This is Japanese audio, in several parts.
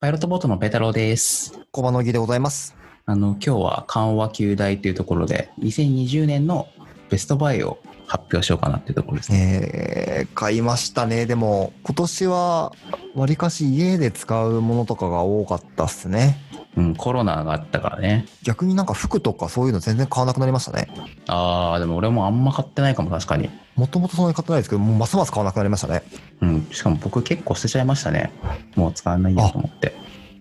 パイロットボートのペータローです。小葉の木でございます。あの、今日は緩和球大というところで、2020年のベストバイを発表しようかなっていうところですね。えー、買いましたね。でも、今年は、わりかし家で使うものとかが多かったっすね。うん、コロナがあったからね。逆になんか服とかそういうの全然買わなくなりましたね。あー、でも俺もあんま買ってないかも、確かに。もともとそんなに買ってないですけど、もうますます買わなくなりましたね。うん、しかも僕結構捨てちゃいましたね。もう使わないよと思って。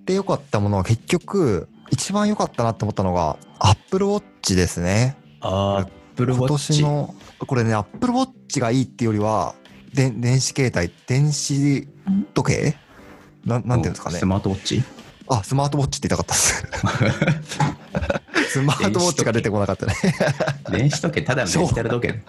で、良かったものは結局、一番良かったなって思ったのが、Apple Watch ですね。あー、Apple 今 Watch 年。の、これね、Apple Watch がいいっていうよりは、で電子携帯、電子時計ななんていうんですかねス。マートウォッチあ、スマートウォッチって言いたかった です。スマートウォッチが出てこなかったね。電子時計、ただのデジタル時計。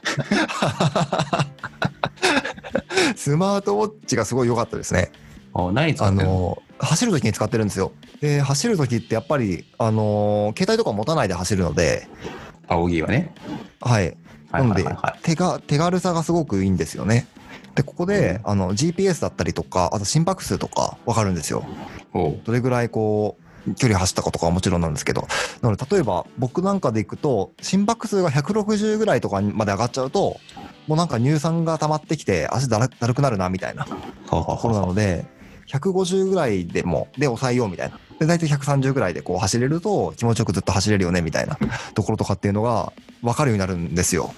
スマートウォッチがすごい良かったですね。あ何使あってるのの、走るときに使ってるんですよ。で、走るときってやっぱり、あの、携帯とか持たないで走るので、青木はね。はい。はいはいはいなはい。手が、手軽さがすごくいいんですよね。で、ここで、あの、GPS だったりとか、あと心拍数とかわかるんですよ。おうどれぐらいこう距離走ったかとかはもちろんなんですけどなので例えば僕なんかでいくと心拍数が160ぐらいとかまで上がっちゃうともうなんか乳酸が溜まってきて足だらだるくなるなみたいなとほうほうこほうろなので150ぐらいでもで抑えようみたいなで大体130ぐらいでこう走れると気持ちよくずっと走れるよねみたいなところとかっていうのが分かるようになるんですよ。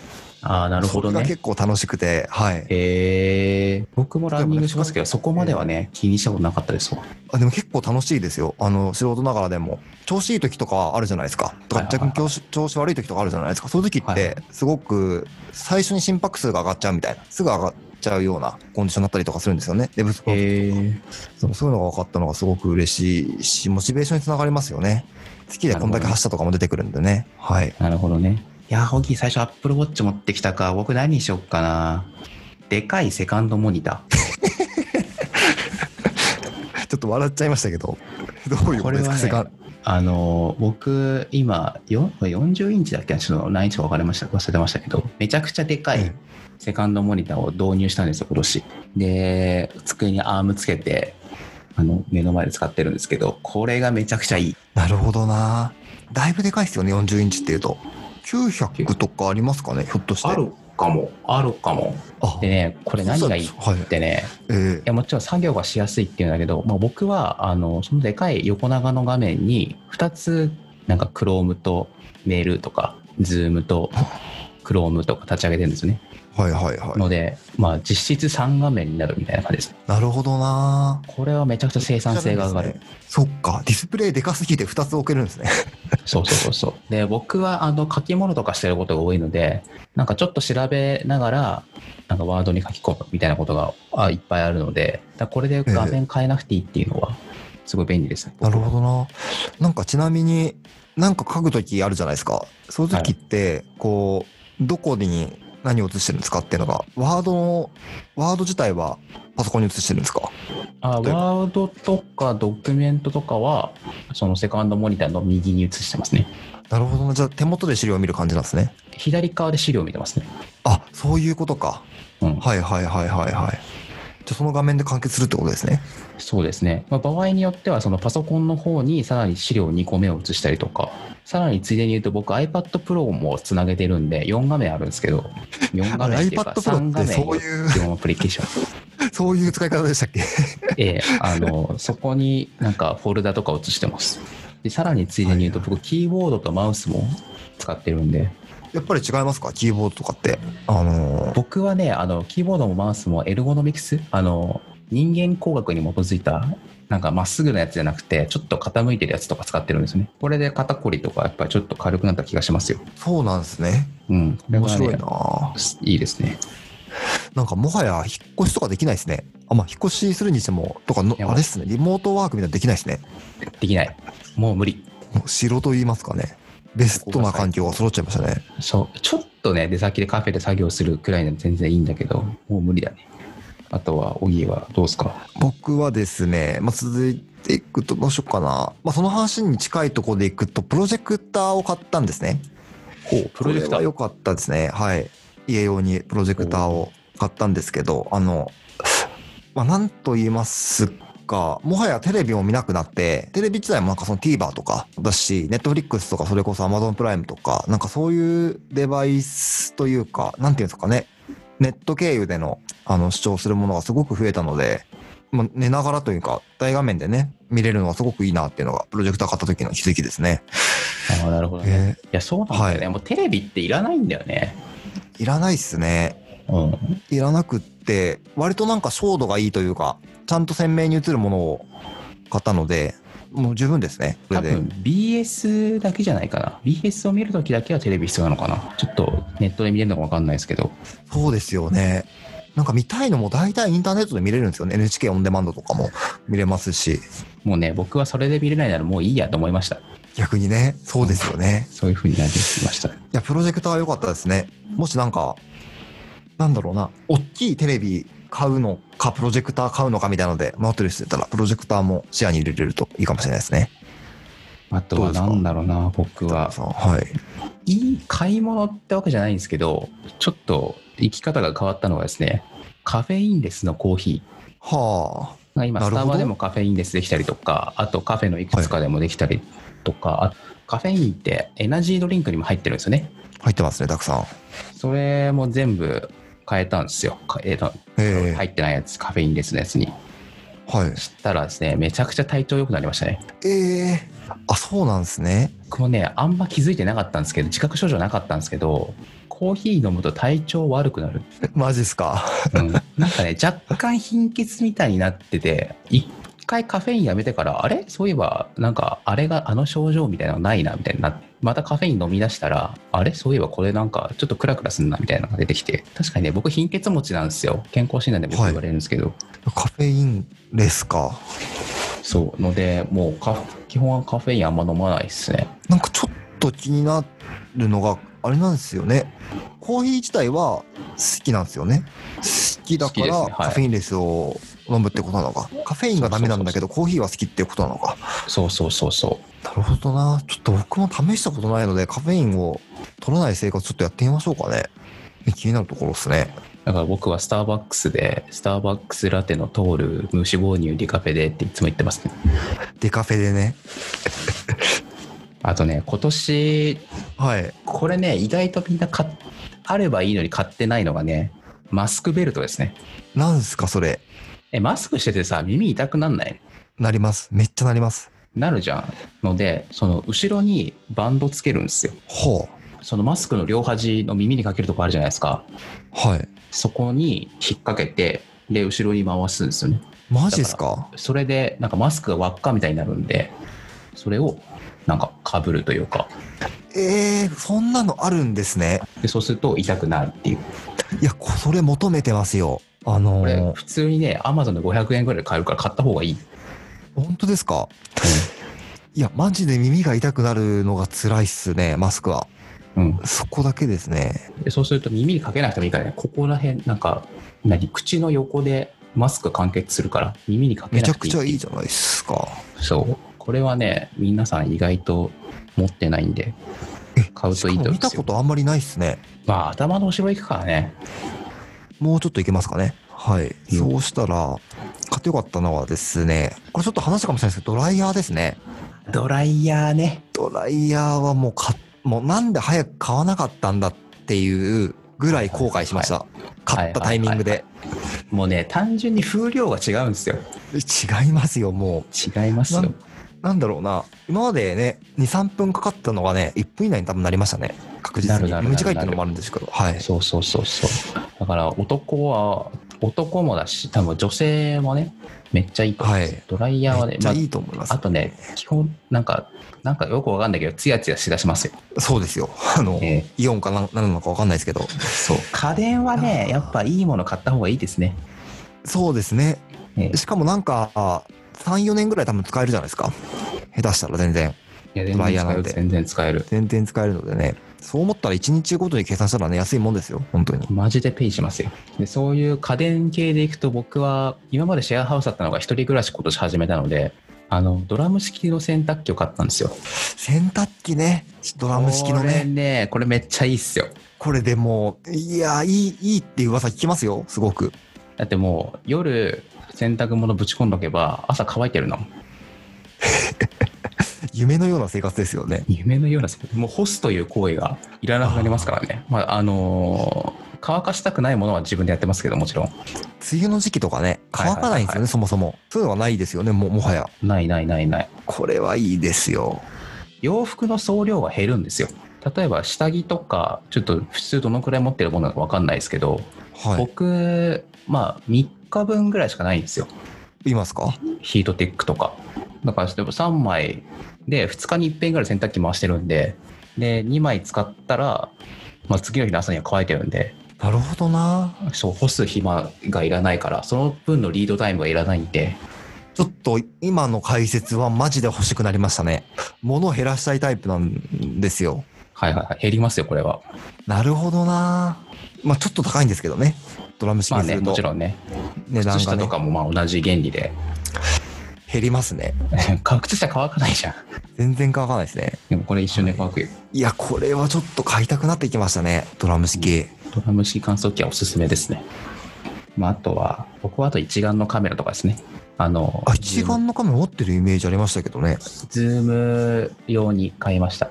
あー、なるほどそれねが。結構楽しくてはいえー、僕もランニングしますけど、そこまではね、気にしたことなかったですわ。あでも結構楽しいですよ。あの、素人ながらでも。調子いい時とかあるじゃないですか。とはいか、はいは若い干調子調子悪い時とかあるじゃないですか。そういう時っはいて、すごく、最初に心拍数が上がっちゃうみたいな。すぐ上がっちゃうようなコンディションだったりとかするんですよね。で、ぶつかるえー、そうそういうのが分かったのがすごく嬉しいし、モチベーションにつながりますよね。好きでこんだけ走ったとかも出てくるんでね。はい。なるほどね。いやー、ホギー最初 Apple Watch 持ってきたか。僕何にしよっかな。でかいセカンドモニタちょっと笑っちゃいましたけど、どういうことですか、これはねー。あのー僕、今、よこれ40インチだっけなちょっと何インチか分かりました。忘れてましたけど、めちゃくちゃでかはいい。セカンドモニターを導入したんですよ、今年。で、机にアームつけて、あの、目の前で使ってるんですけど、これがめちゃくちゃいい。なるほどなだいぶでかいですよね、40インチっていうと。900とかありますかね、ひょっとして。かも。あるかも。あでね、これ何がいいっはい。てね、えいやもちろん作業がしやすいっていうんだけど、まあ、僕はあのそのでかい横長の画面に2つなんか Chrome とメールとか Zoom と Chrome とか立ち上げてるんですよね。えはいはいはので、まあ、実質3画面になるみたいな感じです。い。なるほどなこれはめちゃくちゃ生産性が上がる。。そっか、ディスプレイでかすぎて2つ置けるん ですね。そうそうそうそう。で、僕はあの書き物とかしてることが多いので、なんかちょっと調べながら、なんかワードに書き込むみたいなことがあいっぱいあるので、だからこれで画面変えなくていいっていうのは、すごい便利ですね。なるほどななんかちなみに、なんか書くときあるじゃないですか。そういう時って、こう、どこに何を写してるんですかっていうのが、ワードの、ワード自体はパソコンに写してるんですかあ例えばワードとかドキュメントとかはそのセカンドモニターの右に映してますねなるほどな。じゃあ手元で資料を見る感じなんですね。左側で資料を見てますね、あ、そういうことか。うん、はいはいはいはいはい。じゃあその画面で完結するってことですね。そうですね、まあ、場合によってはそのパソコンの方にさらに資料2個目を映したりとかさらについでに言うと僕 iPad Pro もつなげてるんで4画面あるんですけ ど4画あれ面っていうか3 iPad Pro 画って面そういう。 4アプリケーションそういう使い方でしたっけええあのそこになんかフォルダとか映してますでさらについでに言うと僕キーボードとマウスも使ってるんで やっぱり違いますかキーボードとかって。あのー僕はねあのキーボードもマウスもエルゴノミクスあの人間工学に基づいたなんかまっすぐなやつじゃなくてちょっと傾いてるやつとか使ってるんですよねこれで肩こりとかやっぱりちょっと軽くなった気がしますよそうなんですね。うんこれは面ね白いないいですねなんかもはや引っ越しとかできないですね。あ、まあ、引っ越しするにしても、とかの、いやあれっすね。リモートワークみたいなのできないですね。できないもう無理もう城と言いますかね。ベストな環境が揃っちゃいましたね。そうちょっとね出先でカフェで作業するくらいなら全然いいんだけどもう無理だねあとはおぎえはどうですか僕はですね、まあ、続いていくと、どうしようかな。まあ、その話に近いところでいくと、プロジェクターを買ったんですね。ほうプロジェクタこれーは良かったですね。はい。家用にプロジェクターを買ったんですけど、あの、まあ、なんと言いますか、もはやテレビも見なくなって、テレビ自体もなんかその TVer とかだし、Netflix とかそれこそ Amazon プライムとか、なんかそういうデバイスというか、なんていうんですかね、ネット経由でのあの視聴するものがすごく増えたので、まあ、寝ながらというか、大画面でね、見れるのはすごくいいなっていうのが、プロジェクター買った時の気づきですね。ああ、なるほどね。えいや、そうなんだよね、はもうテレビっていらないんだよね。ーいらないっすね。うん。いらなくって割となんか照度がいいというかちゃんと鮮明に映るものを買ったのでもう十分ですねこ多れで分 BS だけじゃないかな。BS を見るときだけはテレビ必要なのかな。ちょっとネットで見れるのかわかんないですけど。そうですよねなんか見たいのも大体インターネットで見れるんですよね NHK オンデマンドとかも見れますしもうね、僕はそれで見れないならもういいやと思いました。逆にねそうですよねそういうふうになってきました。いやプロジェクターは良かったですねもしなんかなんだろうな大きいテレビ買うのかプロジェクター買うのかみたいなので迷ってる人いたらプロジェクターも視野に入れれるといいかもしれないですねあとはなんだろうな、僕は。さんはいいい買い物ってわけじゃないんですけど、ちょっと生き方が変わったのがですね、カフェインレスのコーヒはあーが今、なスるほタどバでもカフェインレスできたりとか、あとカフェのいくつかでもできたりとか、あカフェインってエナジードリンクにも入ってるんですよね。入ってますね、たくさん。それも全部変えたんですよ。かえーとええ入ってないやつ、カフェインレスのやつに。はい。そしたらですね、めちゃくちゃ体調良くなりましたね。ええあ、そうなんですね。僕もね、あんま気づいてなかったんですけど、自覚症状なかったんですけど、コーヒー飲むと体調悪くなる。マジっすか。うんなんかね、若干貧血みたいになってて、一回カフェインやめてから、あれそういえば、なんか、あれが、あの症状みたいなのないな、みたいになって、またカフェイン飲み出したら、あれそういえばこれなんか、ちょっとクラクラすんな、みたいなのが出てきて、確かにね、僕貧血持ちなんですよ。健康診断で僕はい言われるんですけど、カフェインレスか。そう。ので、もうカフ、基本はカフェインあんま飲まないですね。なんかちょっと気になるのが、あれなんですよね。コーヒー自体は好きなんですよね。好きだか好きですら、ねはいカフェインレスを飲むってことなのか。カフェインがダメなんだけど、コーヒーは好きってことなのか。そうそうそうそう。なるほどな。ちょっと僕も試したことないので、カフェインを取らない生活ちょっとやってみましょうかね。気になるところですね。だから僕はスターバックスで、スターバックスラテのトール、無脂肪乳、デカフェでっていつも言ってますね。デカフェでね。あとね、今年、はい。これね、意外とみんな買っあればいいのに買ってないのがね、マスクベルトですね。なんすかそれ。え、マスクしててさ、耳痛くなんないなります。めっちゃなります。なるじゃん。ので、その後ろにバンドつけるんですよ。ほそのマスクの両端の耳にかけるとこあるじゃないですか。う。はい。そこに引っ掛けて、で、後ろに回すんですよね。マジっすかそれで、なんかマスクが輪っかみたいになるんで、それをなんか被るというか、えー、そんなのあるんですね。でそうすると痛くなるっていう。いや、こそれ求めてますよ。あのこれー、普通にね、アマゾンで500円ぐらいで買えるから買った方がいい。本当ですかいや、マジで耳が痛くなるのが辛いっすね、マスクは。うん、そこだけですね。でそうすると耳にかけなくてもいいからね、ここら辺、なんか、何、口の横でマスク完結するから、耳にかけめちなゃくてくいいちゃいいじゃないっすか。そう。これはね、皆さん意外と持ってないんで、買うといいと思しかもうん見でたすよこ。とあんまりないっすね。まあ、頭の後ろ行くからね。もうちょっといけますかね。はい。うんそうしたら、買ってよかったのはですね、これちょっと話したかもしれないですけど、ドライヤーですね。ドライヤーね。ドライヤーはもうかもうなんで早く買わなかったんだっていうぐらい後悔しました、買ったタイミングで、もうね、単純に風量が違うんですよ。違いますよも違いますなよん。うなんだろうな今までね23分かかったのがね1分以内に多分なりましたね確実になるなるなる短いっていうのもあるんですけどはいそうそうそうそう。だから男は、男もだし、多分女性もね、めっちゃいいと思う。はいドライヤーはめねっ、ちゃいいと思います、あとね、基本、なんか、なんかよくわかんないけど、ツヤツヤしだしますよ。そうですよ あの、えイオンかな何なのか分かんないですけどそう。家電はあね、ーやっぱいいもの買った方がいいですね。そうですねええしかもなんか34年ぐらい多分使えるじゃないですか下手したら全然いや、ド全ライ然使ヤーえなんる。て全然使える。全然使えるのでねそう思ったら1日ごとに計算したらね安いもんですよ本当にマジでペイしますよ。で、そういう家電系でいくと、僕は、今までシェアハウスだったのが一人暮らし今年始めたので、あの、ドラム式の洗濯機を買ったんですよ。洗濯機ねドラム式のこれねね、これめっちゃいいっすよ。これでもういやいいいいっていう噂聞きますよすごくだってもう夜洗濯物ぶち込んどけば、朝乾いてるの。夢のような生活ですよね。夢のような、もう干すという行為がいらなくなりますからね。まあ、あのー乾かしたくないものは自分でやってますけど、もちろん。梅雨の時期とかね、乾かはいはないんですよね、いはいはそもそも。そういうのはないですよね、ももはや。ないないないない。これはいいですよ。洋服の総量が減るんですよ。例えば下着とか、ちょっと普通どのくらい持ってるものなのかわかんないですけど、はい。僕、まあ3日分ぐらいしかないんですよ。いますかヒートテックとか。だから、でも3枚で2日に1遍ぐらい洗濯機回してるんで、で、2枚使ったら、まあ、次の日の朝には乾いてるんで、なるほどな。そう、干す暇がいらないから、その分のリードタイムがいらないんで、ちょっと今の解説はマジで欲しくなりましたね。物を減らしたいタイプなんですよ。はいはいはい、減りますよ、これは。なるほどな。まあちょっと高いんですけどね。ドラム式まあにすね、るもとちろんね、値靴段が下ねとかもまあ同じ原理で、 減りますね。靴下乾かないじゃん。全然乾かないですね。でもこれ一瞬で乾くよ。いや、これはちょっと買いたくなってきましたね。ドラム式。ドラム式乾燥機はおすすめですね。まあ、あとは、僕はあと一眼のカメラとかですね。あの、あ、一眼のカメラ持ってるイメージありましたけどね。ズーム用に買いました。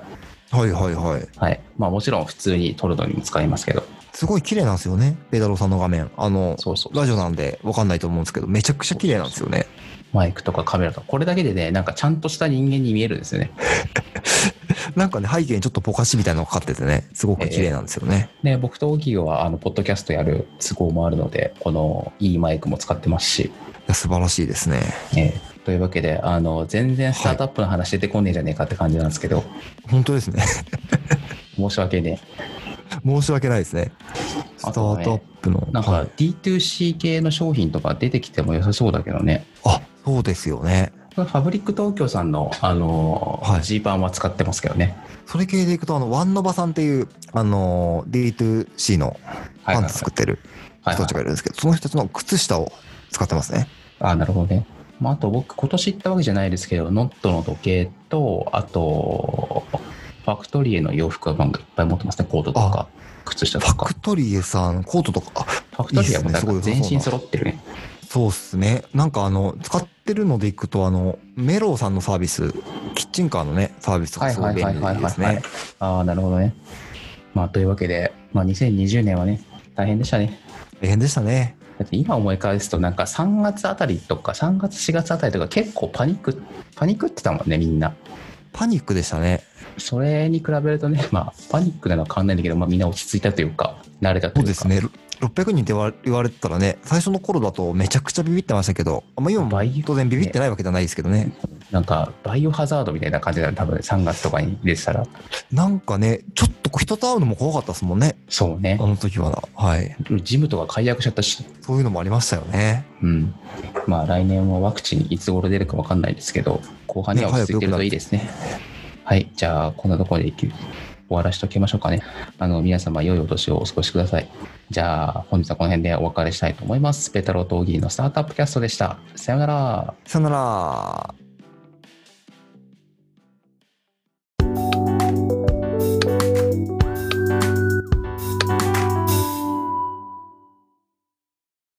はいはいはい。はい。まあもちろん普通に撮るのにも使いますけど。すごい綺麗なんですよね。ペダロさんの画面。あの、そうそう。ラジオなんでわかんないと思うんですけど、めちゃくちゃ綺麗なんですよね。マイクとかカメラとか。これだけでね、なんかちゃんとした人間に見えるんですよね。なんかね、背景にちょっとポカシみたいなのがかかっててね、すごく綺麗なんですよね。で、僕と大きいは、あの、ポッドキャストやる都合もあるので、このいいマイクも使ってますし。いや素晴らしいですね。えーというわけで、あの、全然スタートアップの話出てこねえじゃねえかって感じなんですけど、本当ですね。申し訳ね申し訳ないですね。スターあトとアねップの。え。なんはかい D2C 系の商品とか出てきても良さそうだけどね。あ、そうですよね。ファブリック東京さんの、あのはー、いジーパンは使ってますけどね。それ系でいくと、あの、ワンノバさんっていう、あの、D2C のはいパはいンはいツ作ってるはいは人たいちがいるんですけど、その人たちの靴下を使ってますね。あ、なるほどね。まあ、あと僕、今年行ったわけじゃないですけど、ノットの時計と、あと、ファクトリーへの洋服はなんかいっぱい持ってますね。コートとか、靴下フとァか。クトリエさん、コートとか、フあ、ァクトリーはもうなんかいいっすね全身す揃ごってるね。そうっすね。なんかあの、使ってるのでいくと、あの、メローさんのサービス、キッチンカーのね、サービスとかすごい便利ですね。。ああ、なるほどね。まあ、というわけで、まあ、2020年はね、大変でしたね。大変でしたね。だって今思い返すと、なんか3月あたりとか、3月、4月あたりとか、結構パニック、パニックってたもんね、みんな。パニックでしたね。それに比べるとね、まあ、パニックなのは変わんないんだけど、まあ、みんな落ち着いたというか、慣れたというそうか。ですね。600人って言わ言われてたらね、最初の頃だとめちゃくちゃビビってましたけど、まあ、今もバイオ当然ビビってないわけじゃないですけどね。なんか、バイオハザードみたいな感じだよ、多分3月とかに出てたら。なんかね、ちょっとこう人と会うのも怖かったですもんね。そうねあ。の時は。はい。ジムとか解約しちゃったし。そういうのもありましたよね。うん。まあ、来年はワクチンいつ頃出るかわかんないですけど、後半には落ち着いてるといいですね。はい。じゃあ、こんなところで一休終わらしておきましょうかね。あの、皆様、良いお年をお過ごしください。じゃあ、本日はこの辺でお別れしたいと思います。ペタローとオギーのスタートアップキャストでした。さようなら。さよなら。